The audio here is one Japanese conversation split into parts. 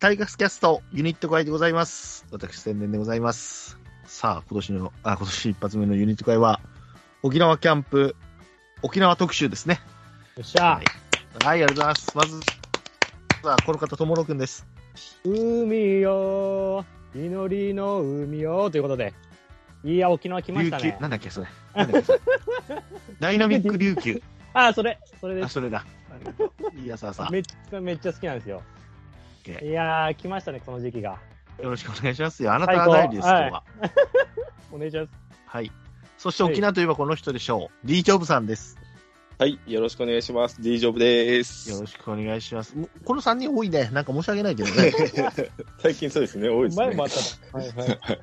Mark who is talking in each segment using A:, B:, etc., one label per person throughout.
A: タイガースキャストユニット会でございます。私、宣伝でございます。さあ、今年の、あ、今年一発目のユニット会は、沖縄キャンプ、沖縄特集ですね。
B: よっしゃ、
A: はい、ありがとうございます。まずは、この方、ともろくんです。
B: 海よ祈りの海よということでいや沖縄来まし
A: 琉
B: た
A: 球
B: ね、
A: なんだっけ、それ。なんだっけそ れダイナミック琉球。
B: あそれそれで
A: あ、
B: す
A: それだ。ありがとういや、さあさあ、
B: め
A: よ
B: っちゃめっちゃ好きなんですよ
A: OK
B: いやー来ましたねこの時期が
A: ろしくお願いしますよ。あなたは誰です、今
B: 最
A: 日
B: 高
A: は。
B: お願いします
A: はい。そして、沖縄といえばこの人でしょう。D ジョブさんです。
C: はい、よろしくお願いします。D ジョブです。
A: よろしくお願いします。もうこの3人多いね。なんか申し訳ないけどね。
C: 最近そうですね、多いです
B: 前もあ
C: ね
B: っ。たな、はいはい、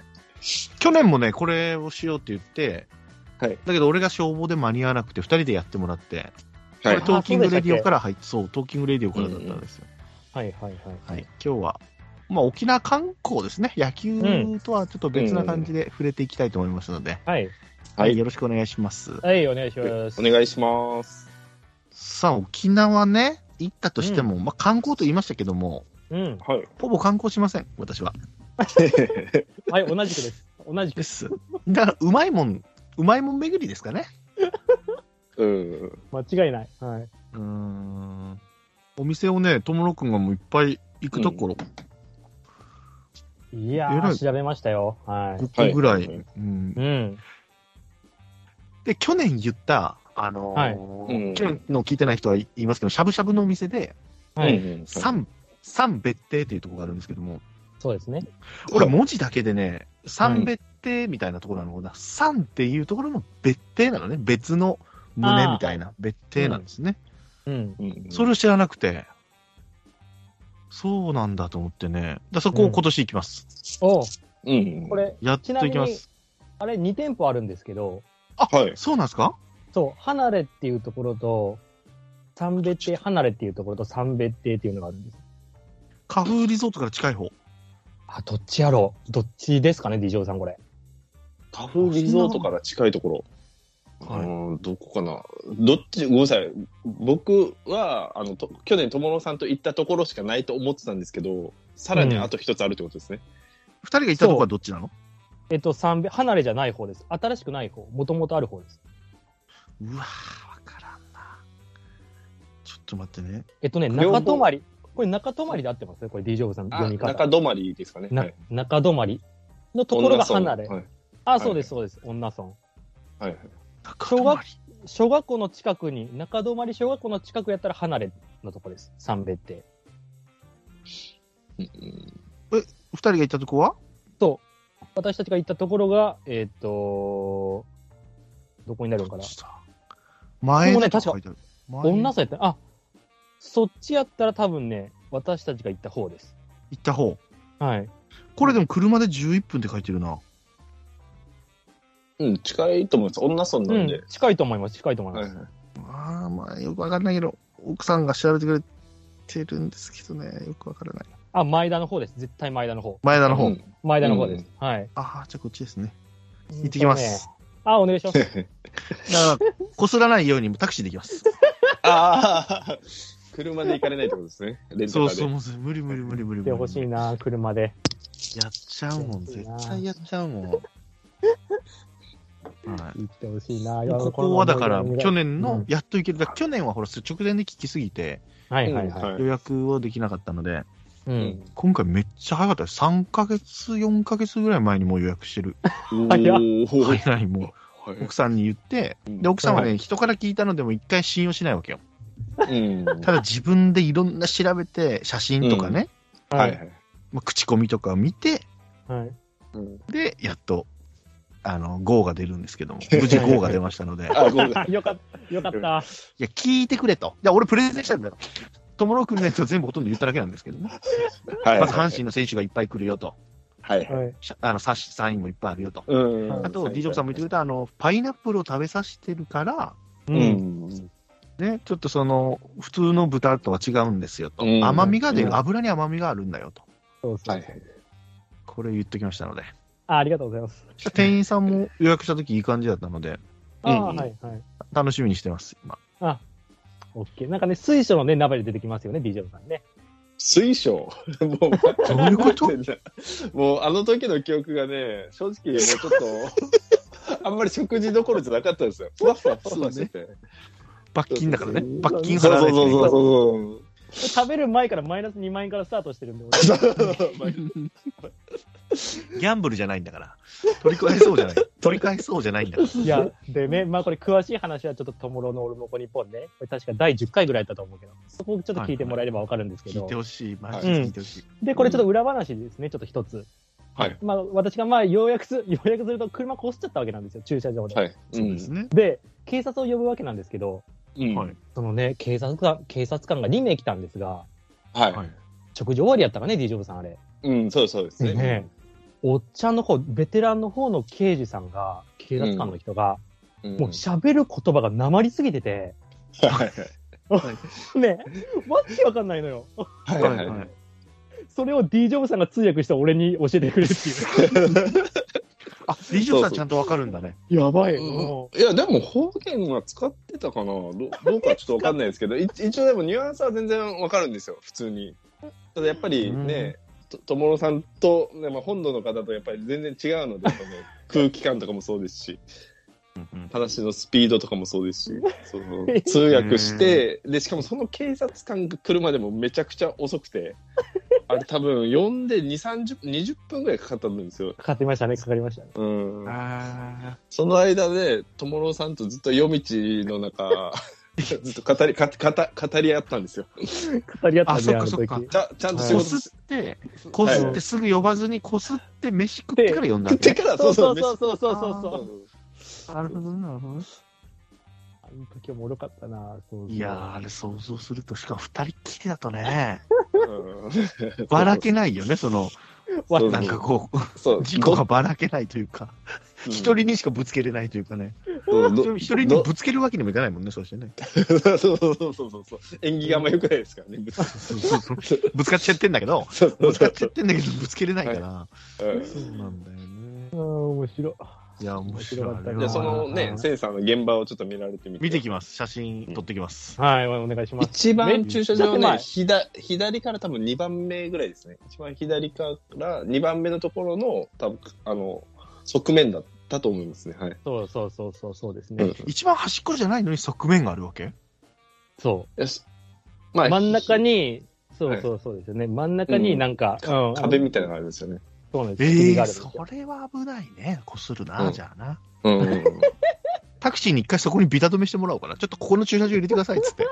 A: 去年もね、これをしようって言って、
C: はい
A: だけど俺が消防で間に合わなくて、2人でやってもらって、こ
C: は
A: れ
C: い。
A: トーキングレディオから入って、そう、トーキングレディオからだったんですよ。
B: はいはいはい
A: はい、今日は、まあ、沖縄観光ですね。野球とはちょっと別な感じで触れていきたいと思いますので、
B: はい
C: は
A: はい
C: い。
A: よろしくお願いします。
B: はいお願いします
C: お願いします。
A: さあ、沖縄ね、行ったとしても、まあ、観光と言いましたけども、
B: うん
C: はい。
A: ほぼ観光しません、私は。
B: はい同じくです同じく
A: です。だから、うまいもん、うまいもん巡りですかね。
C: うん。
B: 間違いない、はい、
A: うーんお店をね、ともろくんがもういっぱい行くところ、
B: いや
A: えらい
B: ー調べましたよは
A: 5個ぐらい、
C: はい
A: うん
B: いうん
A: で、去年言った、あのー
B: はい
C: うん
A: 去年の聞いてない人は言いますけど、しゃぶしゃぶのお店で、
B: はい、
C: うん
A: 三、三別邸っていうところがあるんですけども、
B: そうですね
A: 俺文字だけでね、三別邸みたいなところなのかな、三っていうところの別邸なのね、別の胸みたいな別邸なんですね。
B: うん
C: うん
A: それを知らなくて、そうなんだと思ってね、だそこを今年行きます。
B: お
C: うん。
B: こ。れ
A: やっと
B: ちな
A: 行
B: み
A: きま
B: に
A: す。
B: あれ2店舗あるんですけど
C: はい。
A: そうなんですか
B: そう、離れっていうところと、三別邸、離れっていうところと三別邸っていうのがあるんです。
A: カフーリゾートから近い方。
B: あ、どっちやろうどっちですかね、ディジョーさん、これ。
C: タフリゾートから近いところ。
A: はい
C: うん、どこかな。どっち、ごめんなさい。僕は、あの、と去年、友野さんと行ったところしかないと思ってたんですけど、さらにあと一つあるってことですね。
A: 二人がいたとこはどっちなの
B: えっと、三別、離れじゃない方です。新しくない方、もともとある方です。
A: うわー、わからんな。ちょっと待ってね。
B: えっとね、
C: 両
B: 中
C: 方
B: 泊まり。これ中泊まりで合ってますね、これ、ディジョーさん、
C: あ
B: 読み
C: 中
B: 方。
C: 止まりですかね。は。
B: ない中泊まりのところが離れ
C: 女。村はい
B: あ、そうです、そうです、女村。
C: はいはい。
A: 中泊
B: 小学小学校の近くに、中泊まり小学校の近くやったら離れのとこです、三別邸。
C: うんうん
A: 二人がいたとこは
B: そう。私たちが行ったところが、えっ、とどこになるのかな
A: どっ。ちだ前
B: ここね
A: と書いてある。前
B: 女
A: 行
B: さやったあ、そっちやったら多分ね、私たちが行った方です。
A: った方。
B: はい。
A: これでも車で11分って書いてるな。
C: うん、近いと思います。女村
B: う
C: なんで
B: ん。、近いと思います、近いと思いま
C: はい
B: す。
C: はい
A: あー、まあ、よくわかんないけど、奥さんが調べてくれてるんですけどね、よくわからない。
B: あ、前田の方です。絶対前田の方。
A: 前田の方。
C: うん
B: 前田の方です。はい。
A: あー、じゃあこっちですね。行ってきます。
B: あ、お願いします。
A: だから、こすらないようにもタクシーで行きます。
C: ああ、 車で行かれないってことですね。レンタカ
A: そ
C: ー
A: う
C: で。
A: そう、もう無理無理無理無理無理無
B: 来
A: 理。
B: てほしいな、車で。
A: やっちゃうもん、絶対やっちゃうもん。はい、
B: 行ってほしいな。
A: ここはだから、
B: いや
A: 去年
B: う
A: の
B: ん、
A: やっと行ける、だから去年はほら、直前で聞きすぎて、
B: はいはいはい。
C: い
A: 予約はできなかったので、
B: う。
C: うんん
A: 今回めっちゃ早かったです。3ヶ月、4ヶ月ぐらい前にもう予約してる。
C: お
B: 早っ
C: ー
A: はい、ない、も
C: は
A: う、奥さんに言って、
C: い
A: で、奥さんはね、
C: い
A: 人から聞いたのでも一回信用しないわけよ。
C: うん
A: ただ自分でいろんな調べて、写真とかね、
C: は
B: はいい。
C: はい。
A: まあ、口コミとかを見て、
B: はい。
C: うん
A: で、やっと、あの、GO が出るんですけども、無事 GO が出ましたので。
C: あ、ごめんなさい。
B: よかった。 よかった。
A: いや、聞いてくれと。いや、俺プレゼンしたんだよ。ともろくんのやつを全部ほとんど言っただけなんですけどね。
C: はい。
A: まず阪神の選手がいっぱい来るよと。
C: はい。はい。
B: はい。
A: しゃあの、サシサインもいっぱいあるよと。
C: うん
A: あと、D ジョブさんも言ってくれた、あの、パイナップルを食べさせてるから、
B: う。
C: うんん。
A: ね、ちょっとその、普通の豚とは違うんですよと。
C: うん
A: 甘みが出
B: う
A: る、
B: ん
A: 油に甘みがあるんだよと。
B: そうそ
C: は
B: う。
C: い。
A: これ言っときましたので。
B: あ、ありがとうございます。
A: 店員さんも予約した時いい感じだったので、
B: あ、
C: うん
B: はいはい。
A: 楽しみにしてます、今。
B: オッケー。なんかね、水晶のね、鍋で出てきますよね、DJ さんね。
C: 水晶 もう、
A: どういうこと
C: もうあの時の記憶がね、正直もうちょっと、あんま り食事どころじゃなかったですよ。ふわふわふわふわしてて。
A: 罰金だからね。罰金払
C: そう
A: わな
C: そう
A: いといけない
C: そう
A: か
C: そう
B: 食べる前からマイナス2万円からスタートしてるんで、俺
C: そう。
A: ら。ギャンブルじゃないんだから。取り返そうじ ゃない。取り返そうじゃないんだから。
B: いや、でね、まあこれ詳しい話はちょっとトモロのオルモコ日本ね、これ確か第10回ぐらいだったと思うけど、そこをちょっと聞いてもらえればわかるんですけど、
A: 聞いてほしい。マジで聞いてほしい。
B: で、これちょっと裏話ですね、ちょっと一つ。
C: はい。
B: まあ私がまあ要約す、要約する と車こすっちゃったわけなんですよ、駐車場で。
C: はい。う
A: そうで
C: ん
A: すね。
B: で、警察を呼ぶわけなんですけど、
C: うん。
A: は
C: はいい。
B: そのね、警察官、警察官が2名来たんですが、
A: はい。
B: 食事終わりやったかね、D ジョブさんあれ。
C: うん、そうそうですね。
B: ねおっちゃんの方、ベテランの方の刑事さんが、警察官の人が、
C: うん
B: もう喋る言葉がなまりすぎてて、
C: はい
B: ね、わけわかんないのよ。
C: はい
A: は
C: はいい
A: は
C: はいい。
B: それを D ・ジョブさんが通訳して俺に教えてくれる って
A: あ、リジョさんちゃんとわかるんだね。
B: いう。やばい。も
C: うんいや、でも方言は使ってたかなどどうかちょっとわかんないですけど、い一応でもニュアンスは全然わかるんですよ、普通に。ただやっぱりね、と友野さんと、ねまあ、本土の方とやっぱり全然違うので、その空気感とかもそうですし、
A: うん
C: 話のスピードとかもそうですし、その通訳して、で、しかもその警察官が来るまでもめちゃくちゃ遅くて、あれ多分呼んで2、30、20分ぐらいかかったんですよ
B: う。かかってましたね、かかりましたね。
C: うん。
A: あ
C: その間で、友郎さんとずっと夜道 の中、ずっと語り、かかた語り合ったんですよ。
B: 語り合ったんで、
A: あ
B: あの
A: そっ
B: 時。
A: かそっ
C: ちゃちゃんと
A: あ。
C: 仕
A: こ
C: 事
A: す
C: し
A: って、こすってすぐ呼ばずに、こすって飯食ってから呼んだ
C: 食
A: わけ
C: ってから、
B: そ
C: そうう
B: そ
C: そうう、
B: そうそうそう
A: そう
B: そ。
A: そう
C: 飯
A: なるほど、なるほど。
B: あの時おもろかったな。そうそう
A: いやー、あれ想像すると、しかも二人っきりだと ね、
C: うん
A: ばらけないよね、その、
B: わ
C: そう
A: なんかこう、
C: そう、
A: 事故がばらけないというか、一人にしかぶつけれないというかね、
C: そうど
A: 一人に
C: ど
A: ぶつけるわけにもいかないもんね、そう してね。
C: そうそうそうそうそう。縁起があんま良くないですからね。ぶつ
A: そうそうそうぶつかっちゃってんだけど、
C: そうそ
A: ぶ
C: う
A: つか
C: そ
A: っちゃってんだけど、ぶつけれないから。
C: ううん
A: そうなんだよね。
B: あー面白い。
A: いや、面白いあれは。
C: じゃあ、そのね、センさんの現場をちょっと見られてみて。
A: 見てきます。写真撮ってきます。
B: はい、お願いします。
C: 一番駐車場は
B: めっちゃ狭い
C: ね左、左から多分2番目ぐらいですね。一番左から2番目のところの、多分あの、側面だったと思いますね。はい。
B: そうそうそうそうそうです
C: う
B: ね
C: ん。
A: 一番端っこじゃないのに側面があるわけ
B: そ
C: よし。ま
B: う。
C: あ、
B: 真ん中
C: に
B: に、そうそうそうですよね。真ん中になんか、うん
C: 壁みたいなのがあるんですよね。
B: そうなんです。仕切
A: え
B: り
A: え
B: があ
A: ー、
B: るんですよ
A: それは危ないね。こするな、
C: うん
A: じゃあな。
C: うん。
A: タクシーに一回そこにビタ止めしてもらおうかな。ちょっとここの駐車場入れてくださいっつって。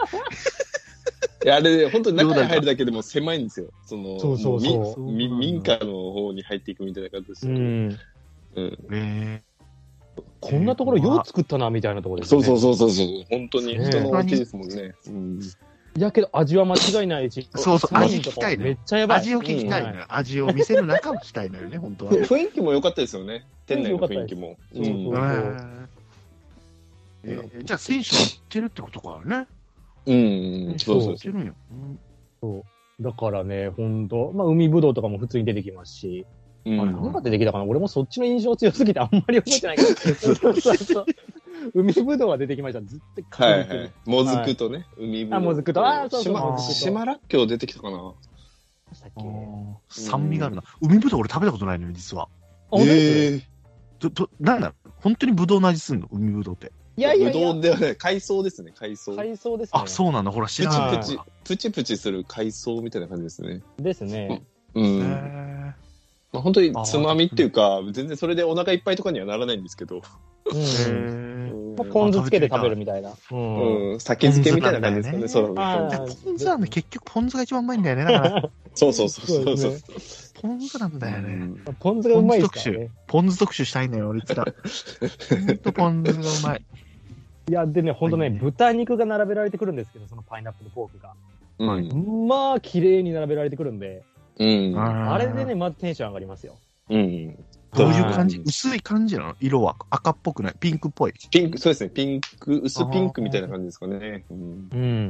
C: いや、あれ、本当に中に入るだけでも狭いんですよ。その、
B: そうそうそう
C: もみみ民家の方に入っていくみたいな感じです
B: う
C: よね。
B: ん。
C: うん。
A: え
B: こんなところよう作ったな、みたいなところです
C: そ
B: ね。
C: うそうそうそうそう。本当に
B: ねえ
C: 人のお家ですもんね。うん。
B: いやけど味は間違いないし。
A: そうそう
B: の人
A: 味聞きたいの
B: め
A: よ
B: っちゃや
A: ー、
B: ばい。
A: 味を聞きたいの
B: うん
A: よ。味を見せる中を聞きたいのよね、本 当は。
C: ふ雰囲気も良かったですよね。店内の雰囲気も。
B: 雰囲気良
A: う
B: かっ
A: んえーじゃあ、選手は知ってるってことからね。
C: うん。うん。そうそう
A: 知ってるんよ。うん
B: だからね、ほんと、まあ、海ぶどうとかも普通に出てきますし、
C: うん
A: あれ
B: 何が出てきたかな俺もそっちの印象強すぎてあんまり覚えてないけ ど、そうそうそう海ぶどうは出てきました。ずっと
C: はい
B: 確実に
C: はい。もずくとね、海ぶどう
B: あもずくとあーそうそう
A: もずくと
C: 島島らっきょう出てきたかな。
B: 出したっ
A: あ
B: け
A: ー酸味があるな。海ぶどう俺食べたことないのよ、実は。
B: あ本当です
C: え
A: ど、ど、なんだ本当にぶどうの味すんの海ぶどうって。
B: い
C: い
B: やいや
C: ぶ
B: いや
C: どうではない、海藻ですね、海藻。プ
B: 海藻ですね。
A: あ、そうなんだ。ほら、知
C: チ
A: らなかっ
C: プ
A: た
C: チ、プチプチする海藻みたいな感じですね。
B: ですね。
C: うん。
A: へ
C: ま
A: ー
C: あ、本当につまみっていうか、全然それでお腹いっぱいとかにはならないんですけど。
B: うん。
C: うん
B: まあ、ポン酢つけて食べるみたいな。うん。
C: うん、酒漬けみたいな感じですかね。
A: ポ
C: そう
B: なんだよね
A: ポン酢なんだ、結局ポン酢が一番うまいんだよね。だか ら、
C: そうそうそうそうそ
B: そう
C: う。
B: です
A: ポン酢なんだよね。
C: うん
B: ポン酢がうまいですからね。
A: ポン酢特集したいのよ、俺つら。ほんとポン酢がうまい。
B: いや、でね、ほんとね、
A: いいね
B: 豚肉が並べられてくるんですけど、そのパイナップルポークが。
C: うん。
B: まあ、綺麗に並べられてくるんで、
C: うん。
B: あれでね、、まずテンション上がりますよ。
C: うん。
A: どういう感じ
C: うん
A: 薄い感じなの色は赤っぽくないピンクっぽい。
C: ピンク、そうですね、ピンク、薄ピンクみたいな感じですかね。うん
B: うん。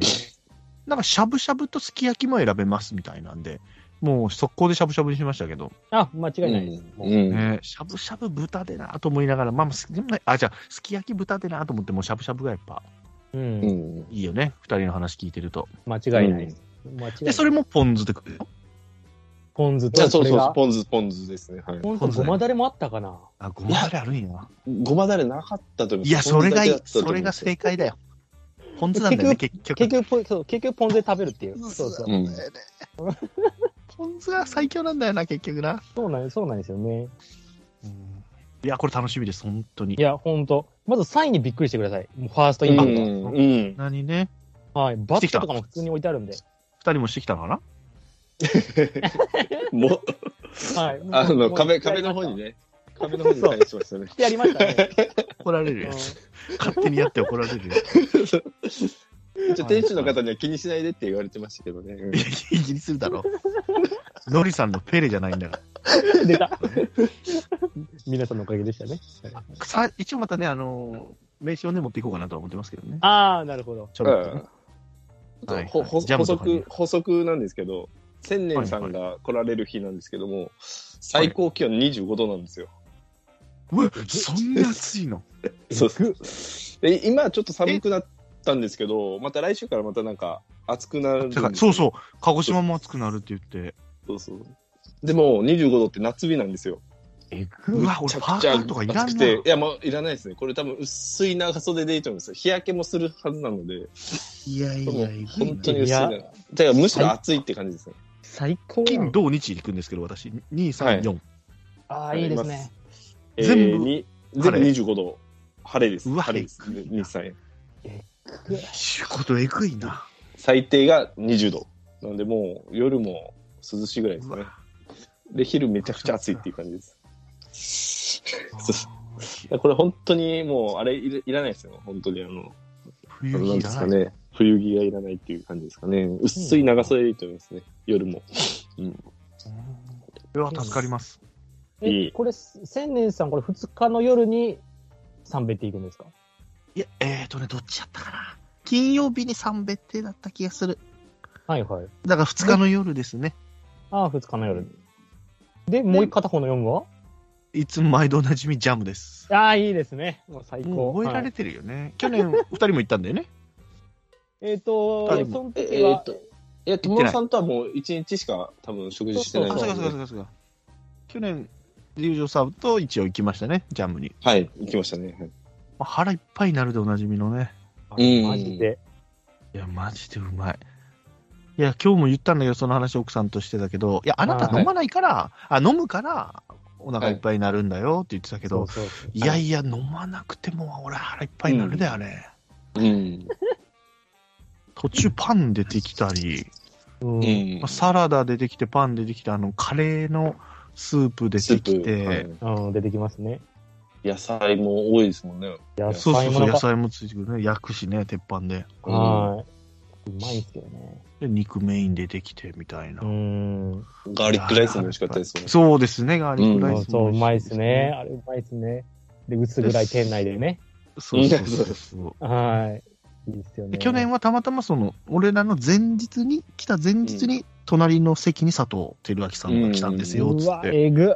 A: なんかしゃぶしゃぶとすき焼きも選べますみたいなんで、もう速攻でしゃぶしゃぶにしましたけど、
B: あ、間違いないです。もう
C: うん。
A: ねしゃぶしゃぶ豚でなと思いながら、まあまあす、でもねあ、じゃあ、すき焼き豚でなと思って、もうしゃぶしゃぶがやっぱ
B: うん
C: うん。
A: いいよね。二人の話聞いてると。
B: 間違いないです。間違いな
A: で、
B: い
A: それもポン酢で食うよ。
B: ポン酢
C: じゃ
B: と
C: あ、そ
B: そうれ
C: そうそう、
B: が
C: ポン酢、ポン酢ですね。はい。
B: ポン酢とごまだれもあったかな
A: あ、ごまだれあるんや。
C: ごまだれなかったと思
A: いや、それがいい。それが
C: 正
A: 正解だよ。 ポン酢なんだよね、結局。
B: 結局ポンそう結局ポン酢で食べるっていうそうそう
C: うん
A: だよねポン酢が最強なんだよな、結局な。
B: そうなんそうなんですよね
A: いや、これ楽しみです、本当に
B: い。やほんとまず3位にびっくりしてくださいもうファーストイ
C: 解
B: ンパ
C: う
B: クト、
C: ん。うん。
A: 何ね、
B: はい、バットとかも普通に置いてあるんで、
A: 二人もしてきたのかな
C: もう、
B: はい、
C: あ
B: も
C: の、
B: う
C: 壁、壁の方にね、壁の方に返しました ね。
B: やりましたね。
A: 怒られる
B: うん
A: やつ。勝手にやって怒られるやつ。
C: 一応、店主の方には気にしないでって言われてましたけどね。うん
A: いやいじりするだろ。ノリさんのペレじゃないんだから。
B: 出た。皆さんのおかげでした ね。
A: さ一応またね、あのー名刺をね、持っていこうかなとは思ってますけどね。
B: ああ、なるほど。
A: ちょろっとね
C: うん
A: はい
C: ほほ
A: ジャ
C: 補
A: ムとかに
C: 足、補足なんですけど、千年さんが来られる日なんですけども、最高気温25度なんですよ。
A: うわ、そんな暑いの
C: そうです。で今ちょっと寒くなったんですけど、また来週からまたなんか暑くなるんで
A: だ
C: すよ
A: からそうそう、鹿児島も暑くなるって言って。
C: そうそう。でも25度って夏日なんですよ。
B: え
A: う
B: ぐ
A: わ、俺パーカーとかいらん
C: 暑く
A: な。
C: ていや、もういらないですね。これ多分薄い長袖でいいと思うんですよ。日焼けもするはずなので、
A: いやい
C: も
A: や、
C: う
A: い
C: 本当に
A: や
C: 薄いな。だからむしろ暑いって感じですね。
B: 最高
A: 金、土、日行くんですけど、私、2、3、4。
B: ああ、いいですね。
C: えー
A: 全部
C: に全部
A: 晴れ
C: 25度。晴れです。
A: うわ
C: 晴れです。
A: えぐいな
C: 日産
A: 仕事えぐいな。
C: 最低が20度。なんでもう夜も涼しいぐらいです
A: う
C: ね。
A: わ
C: で、昼めちゃくちゃ暑いっていう感じです。そうそういやこれ本当にもう、あれいらいらないですよ。本当にあの、
A: 冬
C: あのなん
A: 着
C: です
A: だ
C: か
A: ね。
C: ね。冬着がいらないっていう感じですかね。薄い長袖でいいと思いますね。夜も。
A: それは助かります。
C: いい
B: え、これ、千年さん、これ2日の夜に三べっていくんですか
A: いや、えーとね、どっちやったかな。金曜日に三別邸だった気がする。
B: はいはい。
A: だから2日の夜ですね。
B: ああ、2日の夜。で、もう一片方の4号
A: いつも毎度おなじみジャムです。
B: ああ、いいですね。もう最
A: も
B: 高。
A: う覚えら
B: は
A: れ
B: い
A: てるよね。去年、2人も行ったんだよね。
B: えっと、そ
C: あで
B: の
C: もえ
B: 時
C: えー
B: は
C: っ、と、いや、友野さんとはもう一日しか多分食事してない
A: あ、
C: の
A: そ
C: で
A: うかそうかそうかそうか。去年、龍城さんと一応行きましたね、ジャムに。
C: はい、行きましたね。はい
A: まあ腹いっぱいになるでおなじみのね。
C: うん
B: マジで。
A: いや、マジでうまい。いや、今日も言ったんだけど、その話奥さんとしてたけど、いや、あなた飲まないから、あ、飲むから、お腹いっぱいになるんだよって言ってたけど、
B: そうそうそう
A: いやいや、飲まなくても、俺腹いっぱいになるだよね。
C: うん。
A: 途中パン出てきたり、
B: うんう
C: う
B: ん
C: ん
A: まあサラダ出てきて、パン出てきて、あの、カレーのスープ出
C: ス
A: て
C: ー
A: き
C: プ、
A: て、
C: はい
B: 出てきますね。
C: 野菜も多いですもんね。
B: 野
A: そうそう
B: も
A: そう、
B: なん
A: 野
B: か
A: 菜もついてくるね。焼くしね、鉄板で。
B: はい。うまいですけどね。
A: で肉メイン出てきて、みたいな。
B: うん。
C: ガーリックライスも美味しかったですもんね。
A: そうですね、ガーリックライ
B: そう
A: ス
B: そう、
A: も
B: う
A: 美味し
B: まいですね。。あれ、うまいですね。で、薄暗い店内でね。
A: そうそうそうそう。
B: はい。いいですよね。
A: で去年はたまたまその、俺らの前日に、来た前日に、隣の席に佐藤輝明さんが来たんですよ、
B: う
A: つっ
B: わ、
A: て、
B: えぐ。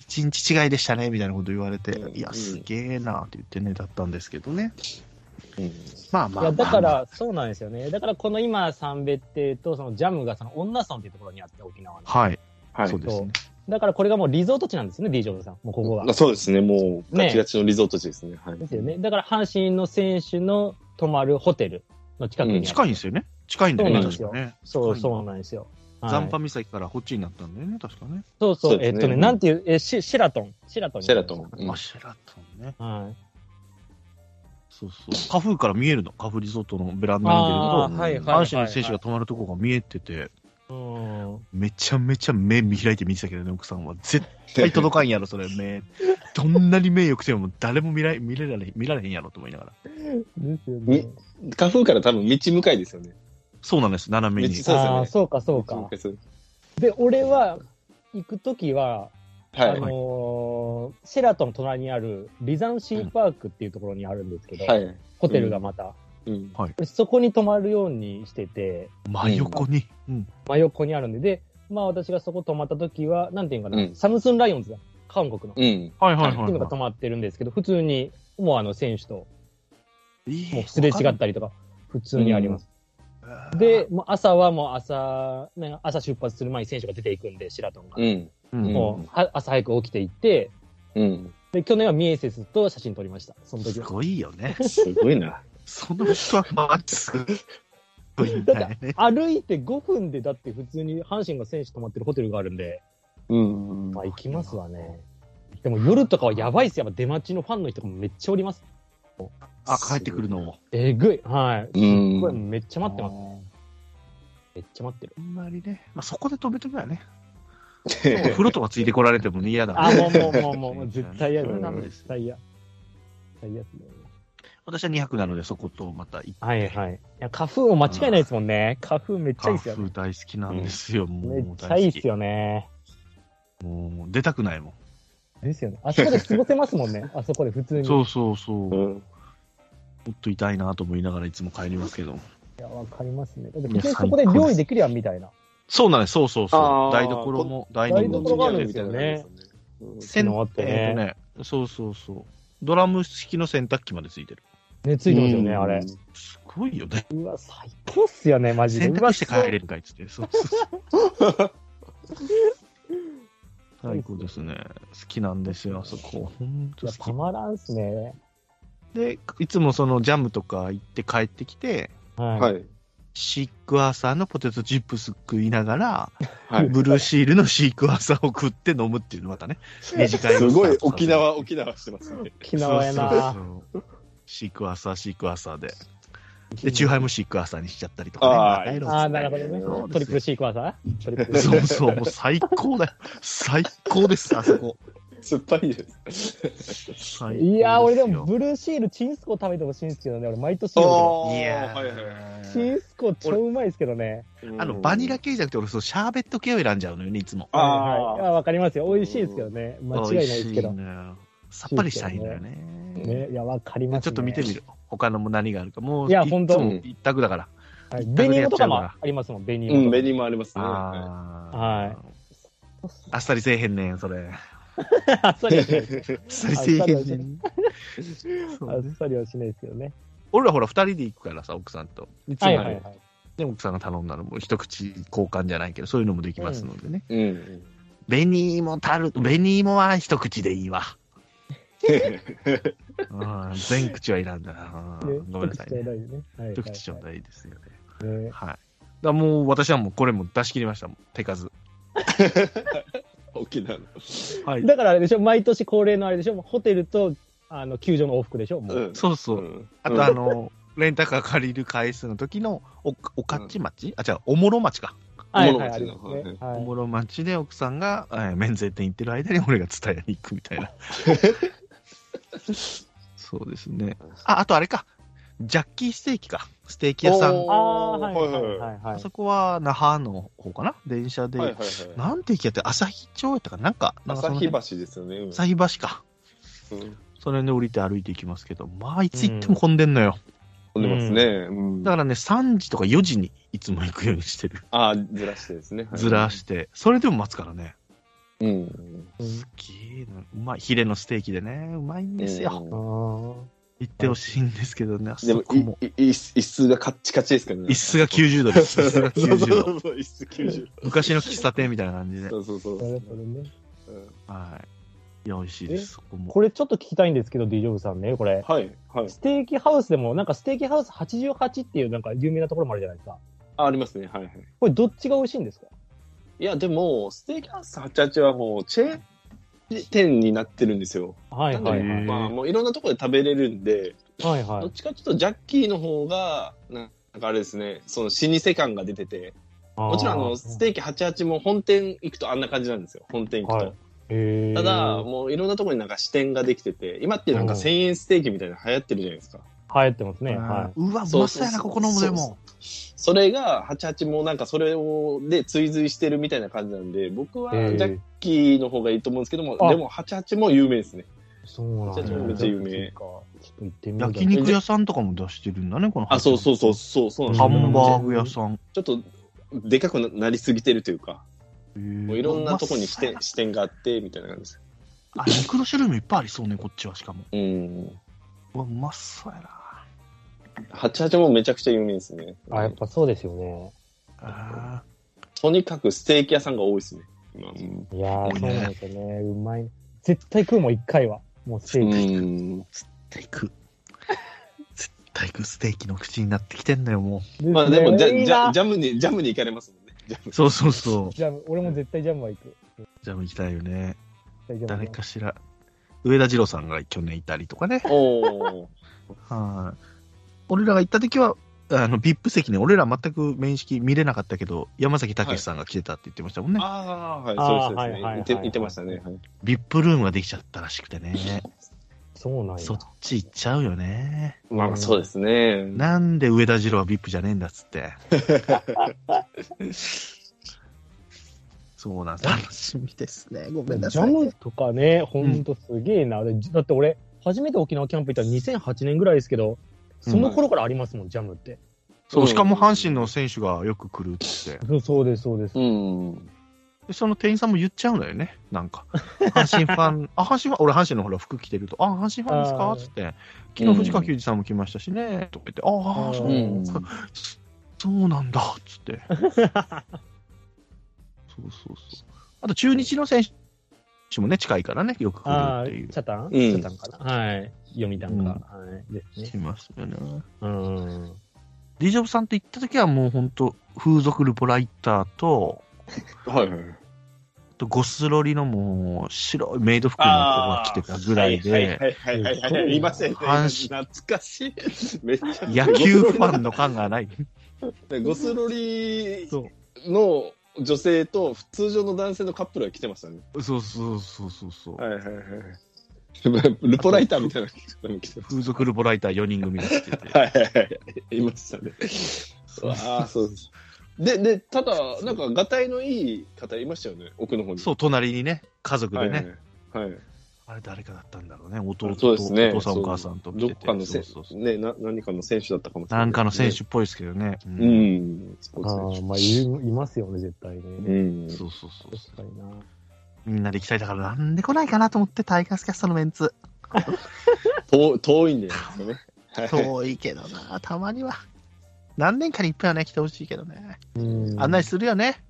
A: 一日違いでしたね、みたいなこと言われて
C: う、ん
A: いや、すげえなって言ってね、だったんですけどね。
C: うん
A: まあま
B: い
A: あ
B: や、
A: ま
B: だ
A: あ
B: から、そうなんですよね。だから、この今、三別邸と、そのジャムが、その、女村っていうところにあって、沖縄の。
A: はい、
C: はい
A: そう。ですね。
B: だから、これがもうリゾート地なんですよね、D ジョブさん。もうここが
C: あ。そうですね、もう
B: ね
C: ガチガチのリゾート地ですね。はい、
B: ですよね。だから、阪神の選手の泊まるホテルの近くにあ
C: う
B: る。
C: ん
A: 近いんですよね。近いんだよね、
B: そうなんで
A: 確
B: すよ
A: かね。
B: そう、
A: 近い
B: そ
A: な
B: うなんですよ。はい
A: 残波岬からこっちになったんだよね、確かね。
B: そうそう、
C: そう
B: え
C: です
B: っと
C: ね
B: ね、
C: うん
B: なんていう、え、シシェラトン。シェラトン。
C: シェラトン。。うん
A: あ、シェラトンね。
B: はい。
A: そうそう。花風から見えるの。花風リゾートのベランダに出る
C: あ
A: と、
C: ー
A: 阪神の選手が泊まるとこが見えてて、
B: うん。
A: めちゃめちゃ目見開いて見てたけどね、奥さんは。絶対届 かんやろ、それ、目。どんなに目良くても、誰も見られ見れられ見られへんやろと思いながら。
B: ですよ
C: ね。花風から多分道向かいですよね。
A: そうなんです、斜めに
C: めっ。ちゃ
B: ああ、そうか、そう
C: 道
B: か
C: 向。いそう
B: で、俺は、行くときは、
C: は
B: あ
C: い。
B: のーシェラトンの隣にある、リザンシーパークっていうところにあるんですけど、
C: はい。
B: ホテルがまた、
C: うん。
B: そこに泊まるようにしてて、
A: 真横に。うん。
B: 真横にあるんで、で、まあ私がそこ泊まったときは、なんていうのかな、
C: うん
B: サムスンライオンズだ。韓国の。って
C: うん。
A: はい
C: はい
B: いうのが泊まってるんですけど、普通に、もうあの、選手と、
A: い。
B: もうすれ違ったりとか、普通にあります。で、もう朝はもう朝、ね、朝出発する前に選手が出ていくんで、シラトンが。
C: うん。
A: うん
B: もうは朝早く起きていって、
C: うん。
B: で、去年はミエセスと写真撮りました。その時
A: す
B: は。
A: ごいよね。
C: すごいな。
A: その人はマッチすごいんだよね。
B: 歩いて5分で、だって普通に阪神が選手泊まってるホテルがあるんで、
C: うん。
B: まあ行きますわね。でも夜とかはやばいっすよ。やっぱ出待ちのファンの人もめっちゃおります。
A: あ、帰ってくるのも。
B: えぐい。はい。
C: うん
B: これめっちゃ待ってます。
A: あ
B: めっちゃ待ってる。
A: ーあんまりね、まあ、そこで止めとけ ばね、
B: う
A: 風呂とかついてこられてもね嫌だ
B: あ、
A: ね。
B: もうもうもうも うもう、絶対嫌だ
A: それな
B: よ。
A: んです
B: 絶対嫌。絶対嫌っすね。
A: 私は2泊なので、そことまた行って。
B: はいはい。いや、花粉も間違いないですもんね。花粉めっちゃいい
A: カ
B: っすよね。
A: フ大好きなんですよ、も
B: め
A: う
B: っちゃいい
A: 大好
B: っす
A: き。
B: よね。
A: もう出たくないも
B: ですよね。あそこで過ごせますも んね。あそこで普通
A: ん。
B: に。
A: そうそうそう。 も
C: うん。
A: っと痛いなと思いながらいつも帰りますけど。
B: いや、わかりますね。だって
A: いや
B: 結局そこで料理できるやんみたいな。
A: そうなんです、そうそうそ
C: あ
A: う。
C: ー
A: 台所も、ダイニ
B: 台
A: ング
B: 所
A: も
B: があるんですよね。
A: せん
B: 昨日あってね
A: えーとね。そうそうそう。ドラム式の洗濯機までついてる。
B: ね、ついてますよね、あれ。
A: すごいよね。
B: うわ、最高っすよね、マジで。
A: 洗
B: うわ
A: 濯して帰れるかいっつって。そうそうそう 最高ですね。好きなんですよ、あそこ。本
B: い
A: 当
B: や
A: 好
B: た
A: き。
B: まらんっすね。
A: で、いつもそのジャムとか行って帰ってきて、
B: はい。
C: はい。
A: シークワーサーのポテトチップス食いながら、
C: はい。
A: ブルーシールのシークワーサーを食って飲むっていうのまたね、二次会を
C: す
A: スタートさ
C: ごい
A: せる
C: 沖縄、 沖縄してますね。
B: 沖縄やな。
A: そうそうそうシークワーサー、シークワーサーで。で、チューハイもシークワーサーにしちゃったりとか、
C: あー
A: ね。
B: ああ、なるほど
A: そうで
B: ね。
A: す
B: トリプルシークワーサートリプルシー
A: そうそう、もう最高だよ。最高です、あそこ。
C: 酸っぱいです。
A: 最高ですよ
B: いやー、俺でもブルーシールチンスコ食べてほしいんですけどね、俺毎年言うんで
A: いやー
C: はいはい。
B: すよ。チンスコ超うまいですけどね。
A: あの、バニラ系じゃなくて、俺、そう、シャーベット系を選んじゃうのよね、いつも。
C: あー
B: はいはいあー。わかりますよ。美味しいですけどね。間違いないですけど
A: 美味しい。のよさっぱりしたいんだよね。
B: ね、いや、わかります、ね。
A: ちょっと見てみる。他のも何があるか。もう、
B: いや
A: つ
B: ほんと
A: も一択だから。
B: はい。
A: でやっちゃうから
B: 紅芋とかもありますもん、紅
C: う
B: 芋。
C: ん、ベニーもありますね。
A: あ
C: は
A: ー
B: はい
A: あっさりせえへんねん、それ。
B: あ っさりはしな いです。
A: あっさりせえへんねん。
B: あ
A: そうね
B: っさりはしないですけどね。
A: 俺らほら、二人で行くからさ、奥さんと。いつも
B: は
A: ね、
B: いはいはい。
A: で奥さんが頼んだのも一口交換じゃないけど、そういうのもできますのでね。
C: い。うん。
A: 紅芋タルト、紅芋は一口でいいわ。うん全口はいらんだな。う
B: ね
A: んごめんなさい、ね。
B: 一口ちょうだい
A: 一口ちょうだい
B: ね。はい
A: ですよね。
B: はいはいね
A: はい。だからもう私はもうこれも出し切りましたもん。手数。
C: 沖縄の。
A: はい。
B: だからあれでしょ、毎年恒例のあれでしょ、もうホテルとあの球場の往復でしょ、もう。
C: ん
A: そうそう。
C: ん
A: あとあの、レンタカー借りる回数の時のお、おかっち町、あ、違う、おもろ町か。
B: はいはい、
C: 物
B: ありま
C: 持ちの
B: すね。は
A: お
B: い
A: もろ町で奥さんが、えー免税店行ってる間に俺が蔦屋に行くみ たいな。そうですね。あ、あとあれか。ジャッキーステーキか。ステーキ屋さん。
C: おー
B: ああ、はいはい
C: はい
B: はいは
A: あ
B: い。
A: そこは那覇の方かな電車で。
C: はいはいはい。
A: なんて駅やって、朝日町やったかななんか、なんかそ
C: 朝
A: の
C: 日
A: 辺
C: 橋ですよね。うん
A: 朝日橋か。
C: うん
A: その辺で降りて歩いていきますけど、まあ、いつ行っても混んでんのよ。
C: 飛んでますね。うん
A: だからね、3時とか4時にいつも行くようにしてる。
C: ああ、ずらしてですね。はい
A: ずらして。それでも待つからね。
C: うん。
A: すげえな。うまい。ヒレのステーキでね、うまいんですよ。
C: うん
B: あ
A: 行ってほしいんですけどね、あ
C: で
A: そ
C: も
A: こも。、
C: いいい椅子がカッチカチですけどね。
A: 椅子が90度です。椅子が90度。
C: そうそうそう椅子90
A: 昔の喫茶店みたいな感じで。
C: そうそうそう
B: あ、なるほどね。
C: うん
A: はい。いや、美味しいです、そこも。
B: これちょっと聞きたいんですけど、D ジョブさんね、これ。
C: はい、はい。
B: ステーキハウスでも、なんかステーキハウス88っていうなんか有名なところもあるじゃないですか。
C: あ、ありますね。はい、はい。
B: これどっちが美味しいんですか
C: いや、でも、ステーキハウス88はもう、チェーン店になってるんですよ。
B: はいはいは
A: なん
B: い。
A: で
C: まあ、もういろんなところで食べれるんで、
B: はいは
C: どっ
B: い。
C: ちかちょっとジャッキーの方が、ななんかあれですね、その老舗感が出てて、も
B: も
C: ちろんあの、ステーキ88も本店行くとあんな感じなんですよ。本店行くと。
B: はいへー
C: ただ、もういろんなところになんか支店ができてて、今ってなんか
B: うん
C: 1000円ステーキみたいなの流行ってるじゃないですか。
B: 流行ってます
A: う
B: ね。は
A: ん
B: いう
A: わ、う
C: そう
A: ま
C: そうそう
A: そうやな、ここのもでも。
C: それが、88もなんかそれを、で、追随してるみたいな感じなんで、僕はジ
B: へ
C: ャ
B: ー
C: ッキーの方がいいと思うんですけども、
B: あ
C: でも88も有名ですね。
B: そうなん
C: じゃあ
B: だ。
C: めっちゃ有名
B: そっかちょっと行ってみよう
A: 焼肉屋さんとかも出してるんだね、この。
C: あ、そうそうそう、。そう、そうなんです
A: ハ
C: よ
A: ンバーグ屋さん。
C: ちょっと、でかくななりすぎてるというか、も
A: も
C: ういろんなとこに支
A: て
C: 店支店があって、みたいな感じです。
A: あ、肉の種類もいっぱいありそうね、こっちはしかも。
C: うん。
A: うわ、うまそうやな。
C: 88もめちゃくちゃ有名ですね。
B: あ、やっぱそうですよね。
A: あ
C: とにかくステーキ屋さんが多いですね。今うん
B: いやー、そ
A: 多
B: う
A: いね
B: なんですよね。うまい。絶対食うもん、一回は。もうステーキ。
C: うん。
A: 絶対食う。絶対食うステーキの口になってきてんのよ、も
C: まあでも、ジ
B: い
C: ャ
B: い
C: ジャ
B: な
C: ジャムに、ジャムに行かれますもんね。ジャム
A: う。そうそうそう。
B: ジャム、俺も絶対ジャムは行く。
A: ジャム行きたいよね。
B: 絶対ジャム
A: 誰かしら。上田二郎さんが去年いたりとかね。
C: おー。
A: はい。俺らが行った時は、あの、VIP 席ね、俺ら全く面識見れなかったけど、山崎武さんが来てたって言ってましたもんね。
C: ああ、
B: あ
C: は
B: ー
C: い、そうですそうで
B: はい
C: す
B: はい
C: ね。似て似てましたね。はい
A: ビップルームができちゃったらしくてね。
B: そうなんや
A: そっ。ち行っちゃうよね。
C: まあ、そうですね。
A: なんで上田二郎はビップじゃねえんだっつ って。そうなんです。楽しみですね。ごめんな
B: ジ
A: さ
B: ャ
A: い。
B: ムとかね、ほんとすげえな。でだって俺、初めて沖縄キャンプ行ったの2008年ぐらいですけど、その頃からありますもん、ジャムって。
A: そう、しかも阪神の選手がよく来るっつって。
B: そうそうです、そうです
C: う。ん。
A: でその店員さんも言っちゃうんだよね。なんか。阪神ファン、あ、阪神ファン、俺阪神のほら服着てると、あ、阪神ファンですか
B: あ
A: っ
B: ー
A: つって。昨日藤川球児さんも来ましたしね。とか言って、あ
B: う
A: あ、
B: ん
A: そううなん
C: ん
A: ですか。そうなんだっつって。そうそうそう。あと中日の選手もね、近いからね、よく来
B: ああ、
A: るってい
B: チ
A: う。
B: ャタン
C: ん
B: チャタンかな。はい。読みたんか。はい。ですね。
A: しますよね。
B: うん。
A: ディジョブさんって行った時はもう本当風俗ルポライターと、
C: はいはいはい。
A: あとゴスロリのもう白いメイド服の子が着てたぐらいで、
C: はいはいはいはいはい。いませんね。
A: 阪
C: 懐かしい。めっちゃ。
A: 野球ファンの感がない。
C: ゴスロリ
A: そ
C: の女性と普通常の男性のカップルが来てましたね。
A: うそうそうそうそうそう。
C: はいはいはい。ルポライターみたいな人も来てま
A: 風俗ルポライター4人組が来てて。
C: はいはいはい。いましたね。ああ、そうです。で、で、ただ、なんか、がたいのいい方いましたよね、奥の方に。
A: そう、隣にね、家族
C: は
A: で
C: いは
A: ね。
C: いはい。
A: あれ誰かだったんだろうね。弟と
C: そう
A: お
C: ですね
A: 父さんお母さんと
C: ど
A: 見
C: って
A: て。
C: かのせ
A: そうそうそう
C: ね、な何かの選手だったかもしれない。
A: なんかの選手。っぽいですけどね。う
C: うんん、スポ
B: あ
C: ーツ
B: あ、
C: 選
B: まあ、いるいますよね、絶対
C: 手。
B: ね。
C: うん。
A: そうそうそう。
B: 確かにな。
A: みんなで行きたいだからなんで来ないかなと思ってタイガースキャストのメンツ。
C: 遠遠いんでですよね。はい
A: 遠いけどな、たまには。何年かに一遍はね、来てほしいけどね。
B: うん
A: 案内するよね。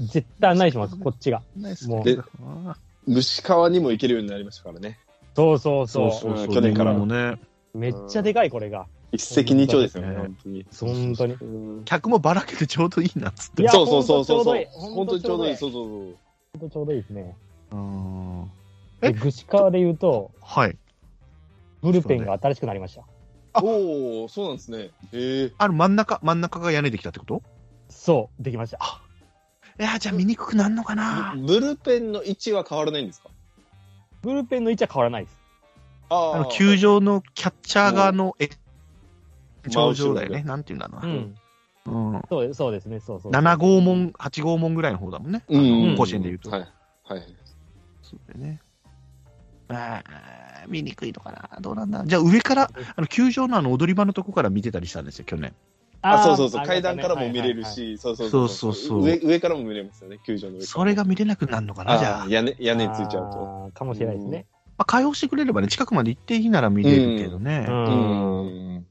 B: 絶対案内します、こっちが。
A: 案内す
B: も
A: る
B: う
A: けどな。
C: 牛川にも行けるようになりましたからね。
B: そうそうそう。
C: そうそう去年から
A: もね。
B: めっちゃでかい、これが。
C: 一石二鳥ですよね、
A: 本
C: 本当に。
B: 本当に。
C: うん
A: 客もばらけてちょうどいいなっつって
B: い。や
C: そうそうそうそうそう。
B: ほん
C: 本
B: と
C: 当
B: ち
C: に
B: ょう
C: ちょ
B: どい
C: うど
B: い
C: いい。そうそうそう。
B: ほんとちょうどいいですね。
A: うんえ
B: で、串川で言うと、
A: はい。
B: ブルペンが新しくなりました。
C: おお、そうなんですね。ええ。
A: あの真ん中、真ん中が屋根できたってこと
B: そう、できました。あ
A: いや、じゃあ見にくくなんのかな
C: ブルペンの位置は変わらないんですか
B: ブルペンの位置は変わらないです。
C: あ
A: あ
C: ー
A: の、球場のキャッチャー側のえ頂上だよね。
C: 真後ろで
A: なんていうんだろう
B: う
A: な。
B: ん。
A: うん。
B: そうそうですね、そうそう。
A: 7号門、8号門ぐらいの方だもんね。
C: う
A: あ
C: ん。
A: の甲子園で言うと。
C: はい。はい。
A: そうだよね。ああ、見にくいのかな、どうなんだ。じゃあ、上から、あの球場のあの踊り場のとこから見てたりしたんですよ、去年。
C: あ、
B: ー
C: そうそうそう。
B: ありま
C: 階
B: した
C: 段
B: ね
C: からも見れる
B: はいはいはい
C: し、そうそう
A: そうそうそう
C: 上上からも見れますよね、球場の上から。
A: それが見れなくなるのかな、じゃあ。
C: あ
A: ま
C: ー屋根、屋根ついちゃうと。
B: あーかもしれないですね。
A: あ、開放してくれればね、近くまで行っていいなら見れるけどね。
B: う。
C: うんん。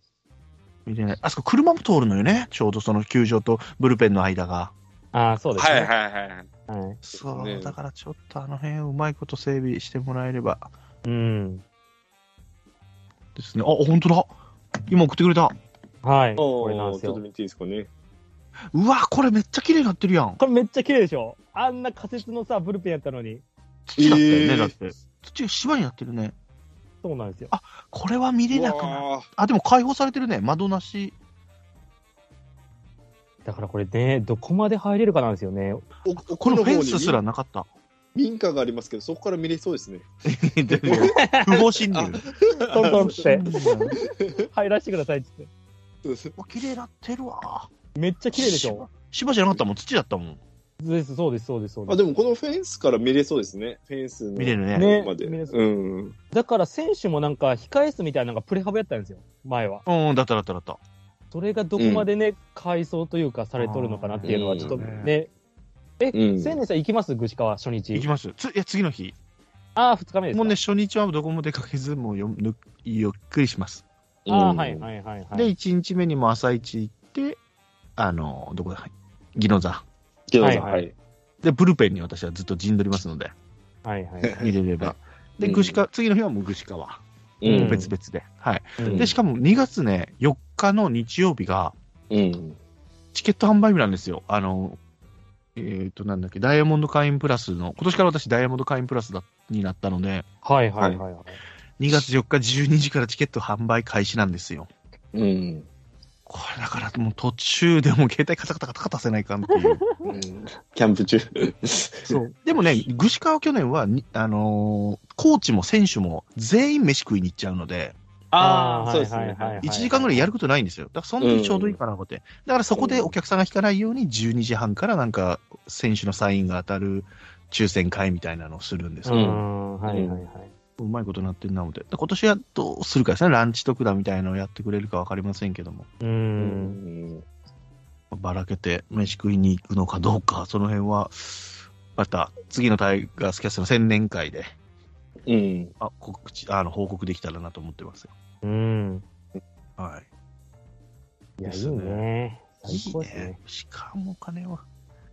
A: 見れない。あそこ、車も通るのよね、ちょうどその球場とブルペンの間が。
B: ああ、そうですね。
C: はいはいはい。
B: はい。
A: そう、
C: ね
A: だからちょっとあの辺、うまいこと整備してもらえれば
B: うん。
A: ですね。あ、本当だ。今送ってくれた。
B: はい。
C: お
B: これなん
C: お、
B: です
C: ちょっと
B: よ。
C: 見ていいですかね。
A: うわ、これめっちゃ綺麗になってるやん。
B: これめっちゃ綺麗でしょあんな仮設のさ、ブルペンやったのに。
A: 土だったよね、
C: えー
A: だって。土が芝になってるね。
B: そうなんですよ。
A: これは見れなくなる。
C: わ
A: あ、でも開放されてるね。窓なし。
B: だからこれね、どこまで入れるかなんですよね。
C: ーお
A: こ
C: 奥
A: の
C: の
A: フェ
C: 方
A: ンスすらなかった。
C: に民家がありますけど、そこから見れそうですね。
A: 不法侵入。
B: トントンって、
A: う
B: 入らせてくださいって言って。
A: わ綺麗になってるわ。
B: めっちゃ綺麗でしょ
A: 芝じゃなかったもん、土だったもん。
B: です、そうです、そうです、そうで
C: あ、
B: す。
C: でもこのフェンスから見れそうですね。フェンスの。
A: 見れるね。
B: ね
C: まで。
B: 見れそう
C: うん。
B: だから選手もなんか控え室みたいなのがプレハブやったんですよ、前は。
A: うん、だっただっただった。
B: それがどこまでね、改装というかされとるのかなっていうのは、ちょっと
A: うん
B: ね。え、
C: うん
B: 千年さん行きますぐしかは初
A: 行き
B: 日。
A: ます。ついや、次の日。
B: ああ、二日目です
A: も
B: か。
A: うね、初日はどこも出かけず、もうよぬゆっくりします。
B: ああ、はいはいはいはい。
A: で、1日目にも朝一行って、あの、どこだ、ギノ座。
C: けどさ、
B: はい
C: は
B: はい
C: い。
A: で、ブルペンに私はずっと陣取りますので、
B: はいはい。
A: 入れれば。で、
C: うん
A: ぐしか、次の日はもうぐしかは、
B: う
C: う
B: ん
C: ん。
A: 別々で。はい。
C: うん
A: で、しかも2月ね、4日の日曜日が、
C: うん。
A: チケット販売日なんですよ。あの、えっ、と、なんだっけ、ダイヤモンド会員プラスの、今年から私ダイヤモンド会員プラスだになったので、
B: はいはいはいはい。
A: 2月4日12時からチケット販売開始なんですよ。
C: うん。
A: これだからもう途中でもう携帯カタカタカタカタせないかんって いう。
C: うんキャンプ中。
A: そう。でもね、具志川去年はに、あのーコーチも選手も全員飯食いに行っちゃうので、
C: あ
B: あ
C: あ、
B: ー
C: そうですね。
B: はいはいはい
A: 1時間ぐらいやることないんですよ。だからその時ちょうどいいかなと思って。だからそこでお客さんが引かないように12時半からなんか選手のサインが当たる抽選会みたいなのをするんです
B: う
A: けど、
B: ん、はいはいはい。
A: うまいことなってるなので。で今年はどうするかですね。ランチ特だみたいなのをやってくれるかわかりませんけども。
B: う。
C: うんん。
A: ばらけて飯食いに行くのかどうか、その辺は、また次のタイガースキャストの専年会で、
C: うん。
A: あ告知あの報告できたらなと思ってますよ。
B: うん。
A: はい
B: や、
A: で
B: いい
A: すね
B: ね。
A: い。い
B: 最
A: い
B: 高ですね
A: ね。。しかもお金は
B: い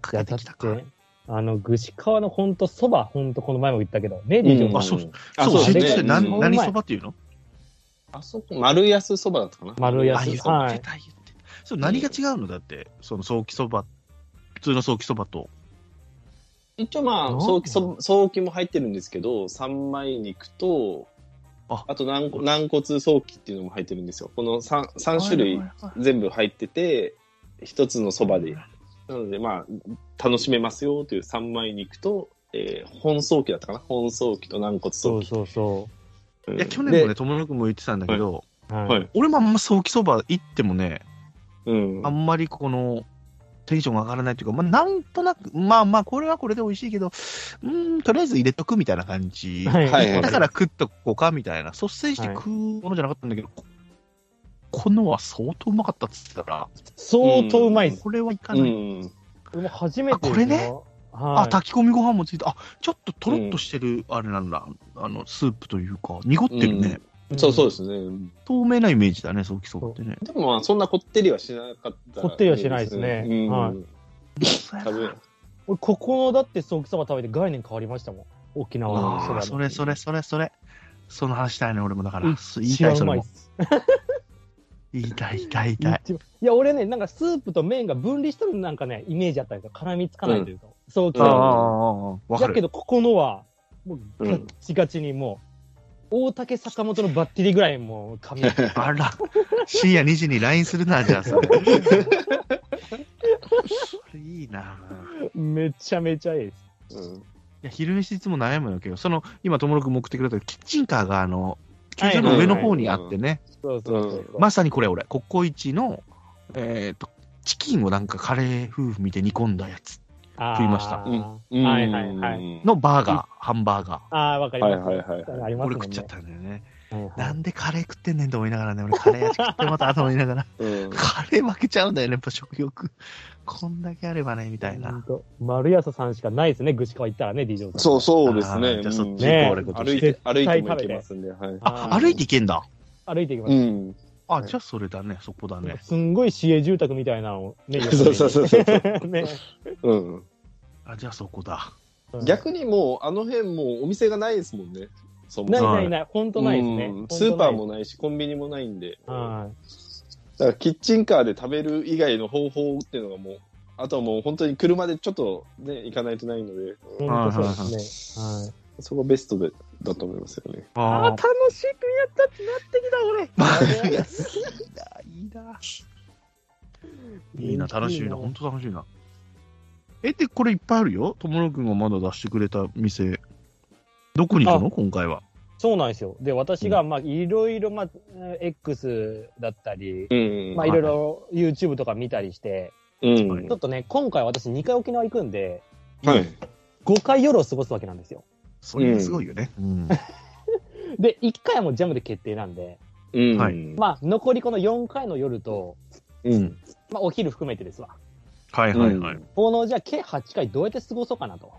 A: か
B: や、
A: け
B: だ
A: てき
B: っ
A: たか。
B: て、あの、串川のほんとそば、ほんとこの前も言ったけど、ね、リージョン
A: あ
B: の
A: そう
C: あ、
A: そう、
C: そ
A: 教
C: う
A: えて
C: です
A: くれ
C: ね。
A: な
B: なんん
A: 何そばっていうの
C: あそこ、丸安そばだったかな。
B: 丸安
A: あ、言ってた、
B: はい
A: 言ってた。そう何が違うのだって、その早期そば、普通の早期そばと。
C: 一応
B: な
C: ま
B: ん
C: あ、
B: だ
C: 早期そ、早期も入ってるんですけど、三枚肉と、
A: あ
C: あと軟骨軟骨早期っていうのも入ってるんですよ。この三三種類
A: はいはいはい
C: 全部入ってて、一つのそばで。なのでまあ、楽しめますよという三枚肉と、えー本早期だったかな本早期と軟骨
B: そ
C: 早
B: う
C: 期。
B: そうそ
C: うん
A: いや、去年もね、、友野君も言ってたんだけど、
B: う。はい
C: はい
A: 俺もあんま早期そば行ってもね、
C: でうん
A: あ。んまりこの、テンションが上がらないというか、まあ、なんとなく、まあまあ、これはこれで美味しいけど、うーん、とりあえず入れとくみたいな感じ。
B: はい
C: はいはい
A: だから食っとこうかみたいな、率先して食うものじゃなかったんだけど、ここのは相当うまかったっつってたか
B: 相当うまいっ
A: ら、
B: す。
A: これはいか
C: う
A: ない。
C: ん。
B: 俺も初めて。
A: あこれね。
B: は
A: あ、
B: い。。
A: 炊き込みご飯もついて、あ、ちょっととろっとしてる、あれなんだ、あの、スープというか、濁ってるね。
C: うんそうそうですすね。
A: 透明なイメージだね、そうきそうってね。
C: でもまあ、そんなこってりはしなかった。
B: こってりはしないですね
C: うん。
B: はい
C: 多分
B: 俺、ここの、だって、ソーキそば食べて概念変わりましたもん。沖縄のそ
A: あ
B: ば
A: あ、それそれそれそれ。その話したいね、俺もだから。
B: うん
A: 言い
B: 一
A: た
B: 番
A: い、そうれ
B: まいっ
A: も。
B: す。
A: 言いたい、言いたい、言いたい。
B: 一番いや、俺ね、なんかスープと麺が分離してるなんかね、イメージあったんですよ。絡みつかないというか。そうき
A: あ
B: そ
A: ああ
B: ば。
A: あ、ああわか
B: だけ
A: る。
B: ど、ここのは、もうガッチガチにもう、大竹坂本のバッテリーぐらいもう髪
A: あら、深夜2時に LINE するな、じゃあ、それ。それいいな。
B: めちゃめちゃいいです。
C: うん
A: いや、昼飯いつも悩むんだけど、その、今、ともろくんも送ってくれたキッチンカーが、あの、球場の上の方にあってね、
B: そうそうそうそう。
A: まさにこれ、俺、ココイチの、えっと、チキンをなんかカレー風味で煮込んだやつ
B: あー
A: 食いました
C: うん
B: はいはいはい。
A: のバーガー、ハンバーガ
B: ああ、わかり
C: は
B: ま
C: い
B: す。
C: はいはい。
B: あり
A: ー。
B: ます
A: 俺
B: もん
A: 食っちゃ
B: ね
A: っ。たんだよね。
B: はいはい
A: なんでカレー食ってんねんと思いながらね、俺カレー味食ってまた後思いながら、
C: うん
A: カレー負けちゃうんだよね、やっぱ食欲。 こんだけあればね、みたい
B: ほん
A: な。
B: と丸安さんしかないですね、ぐしかわ行ったらね、D ジョーさん。
C: そうそうです
A: あ
C: ね。
A: ーじゃあそっち行こ
B: うね
A: 俺今年
C: 歩いて
B: 絶、対
C: 歩いても行けますんで、はい。
A: あ、
B: あー
A: 歩いていけんだ。
B: 歩いていきます。
C: うん。
A: あ、
C: ね
A: じゃあそれだね、そこだね。
B: すんごい市営住宅みたいなのをね、
C: そうそうそうそう。
B: う。 ね、
C: うん。
A: あ、じゃあそこだ。
C: 逆にもう、あの辺もうお店がないですもんね。そも
B: ない
C: そも
B: ないない、本当ないですね
C: う。
B: ほ
C: ん
B: んとない
C: スーパーもないし、コンビニもないんで。だか
B: はい
C: らキッチンカーで食べる以外の方法っていうのがもう、あとはもう本当に車でちょっとね、行かないとないので、
B: ほんとそうですね。はい
C: そこがベストでだと思いますよね。
B: あー
A: あ
B: 楽しくやったってなってきた、
A: あ、
B: 俺。
A: いや、いい な、いいな。いいな、楽しみな、ほんと楽しみな。え、で、これいっぱいあるよ。友野くんがまだ出してくれた店。どこに行くの今回は。
B: そうなんですよ。で、私が、まあ、いろいろ、まあ、X だったり、
C: うん
B: まあ、いろいろ YouTube とか見たりして、
C: うん。
A: はい
B: ちょっとね、今回私2回沖縄行くんで、
C: はい。
B: 5回夜を過ごすわけなんですよ。
A: それがすごいよね。 うん。
B: で、1回はもうジャムで決定なんで、
C: うん。
A: はい
C: まあ、
B: まあ、残りこの4回の夜と、
C: うん。
B: まあ、お昼含めてですわ。
A: はいはいはい。
B: この、じゃあ、計8回どうやって過ごそうかなと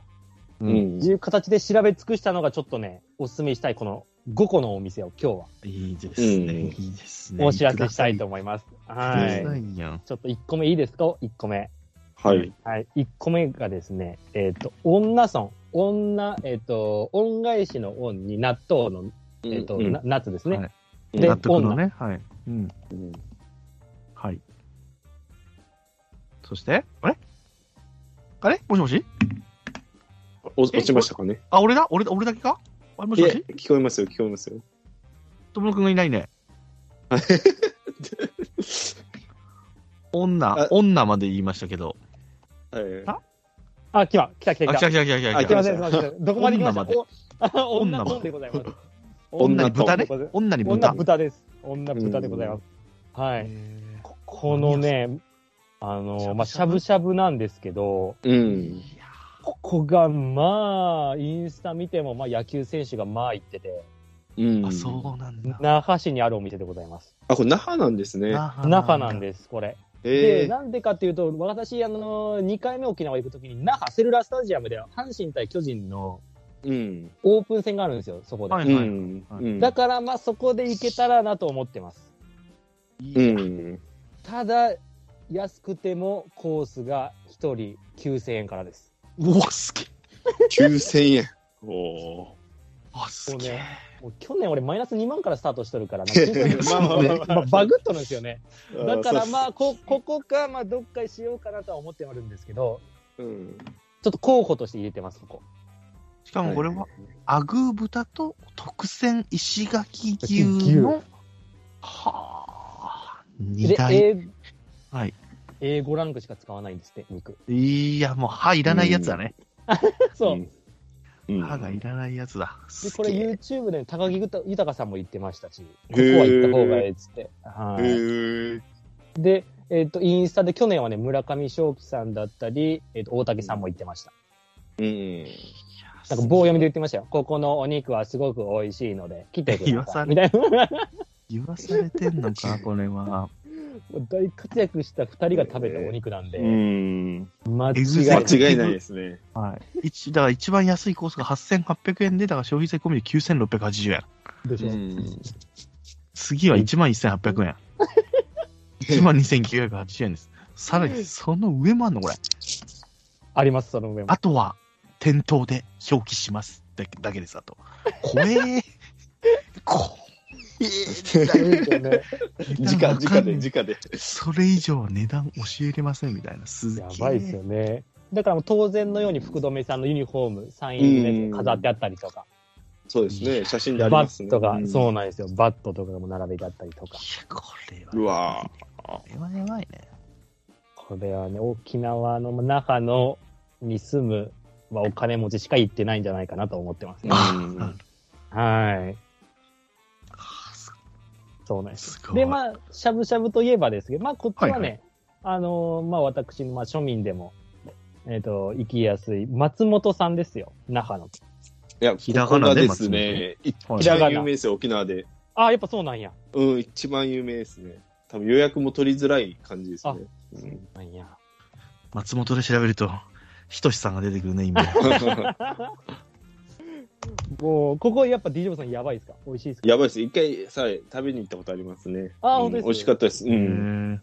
C: うん。
B: いう形で調べ尽くしたのが、ちょっとね、お勧めしたい、この5個のお店を今日はい
A: いですね。
C: うん
A: いいですね。
B: お知らせしたいと思います。
A: くださ。
B: はい
A: くだ
B: い。
A: さいやん。
B: ちょっと1個目いいですか ?1 個目。
C: はい。
B: はい。1個目がですね、えっ、と、女村。女、えっ、と、恩返しの恩に納豆の、えっ、と、
C: うん
B: な夏ですね。
A: はい
B: で
A: 納得のね。はい。うん。
C: うん
A: はい。そして、あれあれもしもし
C: お落ちましたかね
A: あ、俺だ俺だ俺だけかあれも
C: い
A: しも
C: え
A: し、
C: 聞こえますよ、聞こえますよ。
A: 友野くんがいない ね。女
C: あ、
A: 女まで言いましたけど。
C: はい
A: あ
B: あ、来た、来た、来た、
A: あ、
B: 来
A: 来た
B: た。
A: 来た来た来た来
B: す
C: あ
B: い
A: た
B: ま。せん、すいません。どこまで来ました
A: 女まで
B: おあ
A: 女
B: 女、
A: まで
B: 女でございます。
A: 女に豚ね
B: 女で。
A: 女に
B: 女
A: 豚。
B: 豚です。女豚でございます。はい。
A: え
B: ここのね、あの、まあ、しゃぶしゃぶなんですけど、
C: うん。
B: ここが、まあ、インスタ見ても、まあ、野球選手がまあ行ってて、
C: うん。
A: ーあ、そうなんだ。
B: 那覇市にあるお店でございます。
C: あ、これ那覇なんですね。
B: 那覇なん
A: す。
B: です、これ。
C: え
B: で、
C: え
B: なんでかっていうと、私、あの、2回目沖縄行くときに、那覇セルラースタジアムで、阪神対巨人の
C: うん。
B: オープン戦があるんですよ、そこで。
A: はい
C: うん。
A: は
C: う
A: い
C: ん
B: だから、まあ、そこで行けたらなと思ってます。
C: うん。
B: ただ、安くてもコースが1人9000円からです。
A: うわ、すげえ。
C: 9000円。 おー
A: あ、すげ
B: そう
A: え
B: ね。もう去年俺マイナス2万からスタートしてる から、なんか人生
C: まあまあまあ
B: まあバグっとるんですよね。だから
C: あ
B: まあ、こ、ここか、まあ、どっかにしようかなとは思ってはあるんですけど、
C: ー、そううん。
B: ちょっと候補として入れてます、ここ。
A: しかもこれは、アグー豚と特選石垣牛
B: 牛
A: の、はあ、
B: で
A: 二、大。
B: A、
A: はい。
B: A5 ランクしか使わないんですって、 肉。
A: いや、もう歯いらないやつだね。
B: そう。
C: ん。うん
A: 歯がいらないやつだ。
B: で、
A: す
B: これ
A: げえ
B: YouTube で高木豊さんも言ってましたし、ここは
C: へー
B: 行った方がええっつって。は
C: へ
B: い。
C: ー
B: で、えっ、と、インスタで去年はね、村上正輝さんだったり、えっ、と、大竹さんも言ってました。
C: うん。
B: なんか棒読みで言ってましたよ。ここのお肉はすごく美味しいので、来てく
A: 言わ
B: ださ
A: さ
B: い。
A: れ
B: みたいな。
A: 言わされてんのか、 これは。
B: 大活躍した二人が食べたお肉なん
C: う
B: で、
C: ん。
B: 間違いない。
C: 間違いないですね。
A: はい。一、だから一番安いコースが8800円で、だから消費税込みで9680円。
B: でしょ
C: ん。
A: 次は1万1800円。1万2980円です。さらに、その上もあんの、これ。
B: あります、その上も
A: あ。とは、店頭で表記しますだけだけです、あと。怖え。怖え。だよ
C: 直、直で、直で。
A: それ以上値段教えれませんみたいな。すげえ
B: やばいですよね。だからもう当然のように福留さんのユニフォーム、サイン入りのやつが飾ってあったりとか、
C: そうですね。写真であり
B: バ
C: ます
B: ッ
C: ね。
B: トが、そう
C: う
B: なんですよ、バットとかも並べてあったりとか
A: い。や、これは。
C: ん。うわ
A: これはやばいね。
B: これはね、沖縄の那覇のに住む、まあ、お金持ちしか行ってないんじゃないかなと思ってますね。
C: ぁ。うん
B: はい。
A: あす
B: そうなんです。
A: すごい。
B: で、まあ、しゃぶしゃぶといえばですけど、まあ、こっちはね、
A: はいはい
B: あのーまあ、私の、まあ、庶民でも、えっ、と、行きやすい、松本さんですよ、那覇の。
C: いや、
A: ひらがなで
C: ここがですね。一
A: はい
B: ひらがな
C: 番有名ですよ、沖縄で。
B: ああ、やっぱそうなんや。
C: うん、一番有名ですね。多分予約も取りづらい感じですね。うん
B: なんや。
A: 松本で調べると、ひとしさんが出てくるね、今。
B: もう、ここやっぱ DJ さんやばいですか美味しいですか
C: やばいです。一回さえ食べに行ったことありますね。
B: あー
C: う
B: 本
C: ん
B: 当です
C: 美味しかったです。う
A: へ
C: ん。
A: ー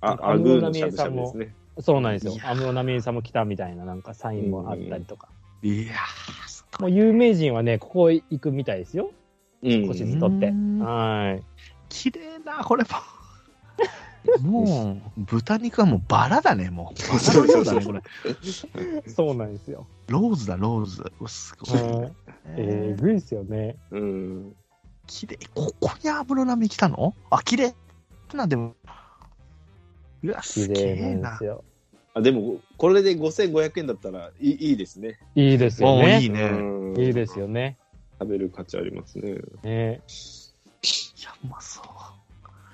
C: あ、アグーのしゃぶしゃぶですね。
B: そうなんですよ
A: い。や
B: 安室奈美恵さんも来たみたいな、なんかサインもあったりとか。
A: いやー、すご
B: も
A: いう
B: 有名人はね、ここ行くみたいですよ。
C: うん。
B: 少しずつとって。
A: うん
B: はい。
A: 綺麗な、これも。もう、豚肉はもうバラだね、もう。バラのようだね、これ。
B: そうなんですよ。
A: ローズだ、ローズ。うわすごい。
B: うんえ
A: え
B: ー、ぐいですよね。
C: うん。
A: 綺麗ここに油波来たのあ、綺麗な、でも。うわ、す
B: 綺
A: げえ
B: 麗なん
A: な
B: です。よ。
C: あ、でも、これで5500円だったらいいいいですね。
B: いいですよ
A: おーいい
B: ね。
A: ね。
C: うん
B: いいですよね。
C: 食べる価値ありますね。
B: ね
A: いや、うまそう。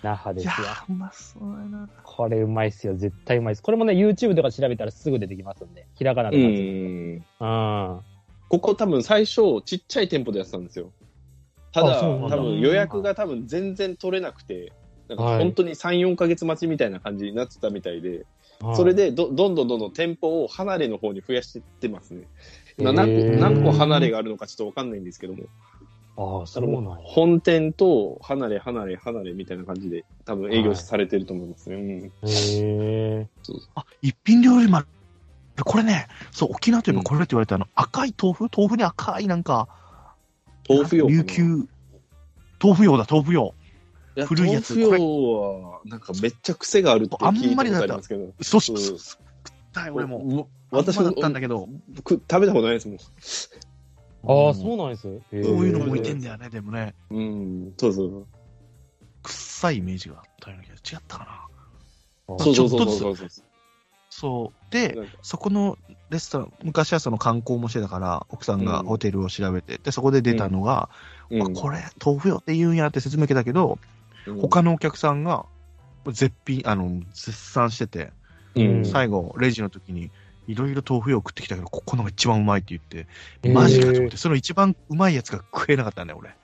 B: 那覇で
A: い
B: す
A: や
B: よ。、
A: うまそうやな。
B: これうまいっすよ。絶対うまいっす。これもね、YouTube とか調べたらすぐ出てきますんで。ひらがな
C: う
B: で。うん。
C: ん。
B: あ
C: ここ多分最初、ちっちゃい店舗でやってたんですよ。た
B: あ
C: だ、
B: そうなん
C: 多
B: だ
C: 分予約が多分全然取れなくて、なんか
B: はい
C: 本当に3、4ヶ月待ちみたいな感じになってたみたいで、
B: ー
C: それ、でどどんどんどんどん店舗を離れの方に増やしてってますね。な
B: へー
C: 何個何個離れがあるのかちょっとわかんないんですけども。
B: ああ、そ
C: あの
B: うなんや。
C: 本店と離れ離れ離れみたいな感じで多分営業されてると思いますね。うん。
B: へえ。
A: あ、一品料理丸。これね、そう、沖縄といえばこれって言われたあの、赤い豆腐豆腐に赤いなんか、
C: 豆腐用かな
A: 琉球、豆腐用だ、豆腐用。
C: や
A: 古いやつ
C: 豆腐用はなんかめっちゃ癖があるって聞いたことありますけど。
A: そし
C: うん
A: 食ったよ、俺も。
C: も
A: 私
C: 私も
A: だったんだけど、
C: く食べたことないですもん。
A: う
B: ああ、
A: ん
B: そうなんです。こう
A: こういうのも
C: 置
A: いてんだよね、でもね。
C: うん、そうそう。
A: 臭いイメージがあったような気が違ったかな。
C: そうそうそう
A: ちょっとずつ
C: そうそうそ
A: そう。
C: う。
A: で、
C: なんか
A: そこのレストラン、昔はその観光もしてたから、奥さんが
C: うん
A: ホテルを調べて、で、そこで出たのが、
C: う
A: あ
C: ん
A: これ、豆腐よって言うんやって説明受けたけど、
C: うん
A: 他のお客さんが、絶品、あの、絶賛してて、
C: うん
A: 最後、レジの時に、いろいろ豆腐よ食ってきたけど、ここのが一番うまいって言って、
B: へー
A: マジかと思って、その一番うまいやつが食えなかったんだよ、俺。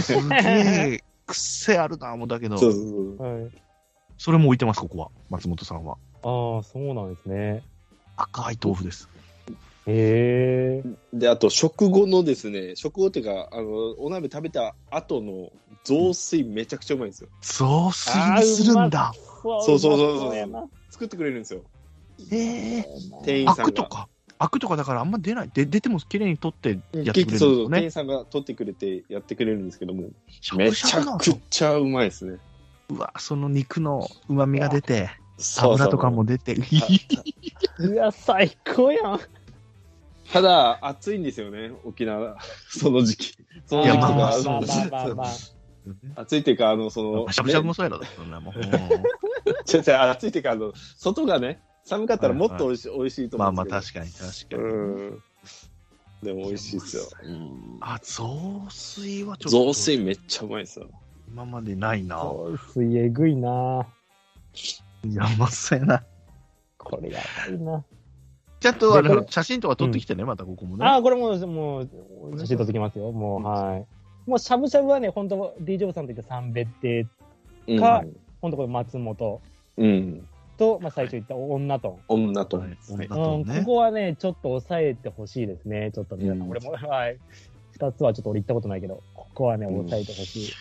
A: すげえ、癖あるな、もうだけど、
C: そうそうそう。
B: はい。
A: それも置いてます、ここは、松本さんは。
B: ああ、そうなんですね。
A: 赤い豆腐です。
B: へえ。
C: で、あと、食後のですね、食後っていうか、あの、お鍋食べた後の雑炊めちゃくちゃうまいんですよ。
A: 雑炊にするんだ。
C: そうそうそうそう作ってくれるんですよ。
A: ええ
C: 店員さんが。
A: アクとか、アクとかだからあんま出ない。で出ても綺麗に取ってやってくれ
C: 結局
A: る
C: そ
A: ん
C: う
A: で
C: そ
A: す
C: う、
A: よ
C: 店
A: ね
C: 員。さんが取ってくれてやってくれるんですけども、
A: しゃ
C: め
A: ぶ
C: ち
A: し
C: ゃ
A: ゃぶなの
C: くちゃうまいですね。
A: うわ、その肉の旨味が出て、
C: そうそう
A: 油とかも出て、
B: うわ、最高やん。
C: ただ、暑いんですよね、沖縄、 その時期。その
A: い
C: 時
A: や
C: 期
A: まあまあ
C: が
A: まあまあ
B: まあ まあ
C: 暑いっていうか、あの、その、
A: しゃぶしゃぶもそうやろ、そんなもん。
C: 違う違う 暑いっていうか、あの、外がね、寒かったらもっと美味しい,、美味しいと
A: ま
C: 思
A: あ
C: うん
A: まあ
C: です
A: 確かに確
C: け
A: か
C: ど。
A: に。
C: うん。でも美味しいですよ。うん
A: あ、雑炊はちょっと。
C: 雑炊めっちゃうまいですよ。
A: 今までないな。
B: そう水えぐいな。
A: 山瀬な。
B: これやばいな。
A: ちゃんとあ
B: でこれ
A: の写真とか撮ってきてね、またここもね。
B: ああ、これもう、もう、写真撮ってきますよ。もう、はい。もう、しゃぶしゃぶはね、本当 d ジョブさんと言った三別邸、
C: うん
B: か本当これ松本
C: うん。
B: と、まあ、最初言った女と。
C: 女と。
A: はい女
B: う
A: と
B: ん、こ
A: ね。
B: こはね、ちょっと抑えてほしいですね。ちょっと皆さ、
C: うんん
B: 俺も、はい。二つはちょっと俺行ったことないけど、ここはね、抑えてほしい。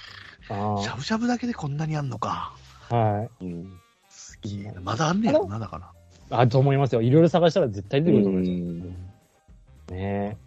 B: あ
A: しゃぶしゃぶだけでこんなにあんのか。
B: あ、はい。
C: うん。
A: すげえな。まだあんねやろな、だから。
B: あ、と思いますよ。いろいろ探したら絶対出てくると思いますよ。ね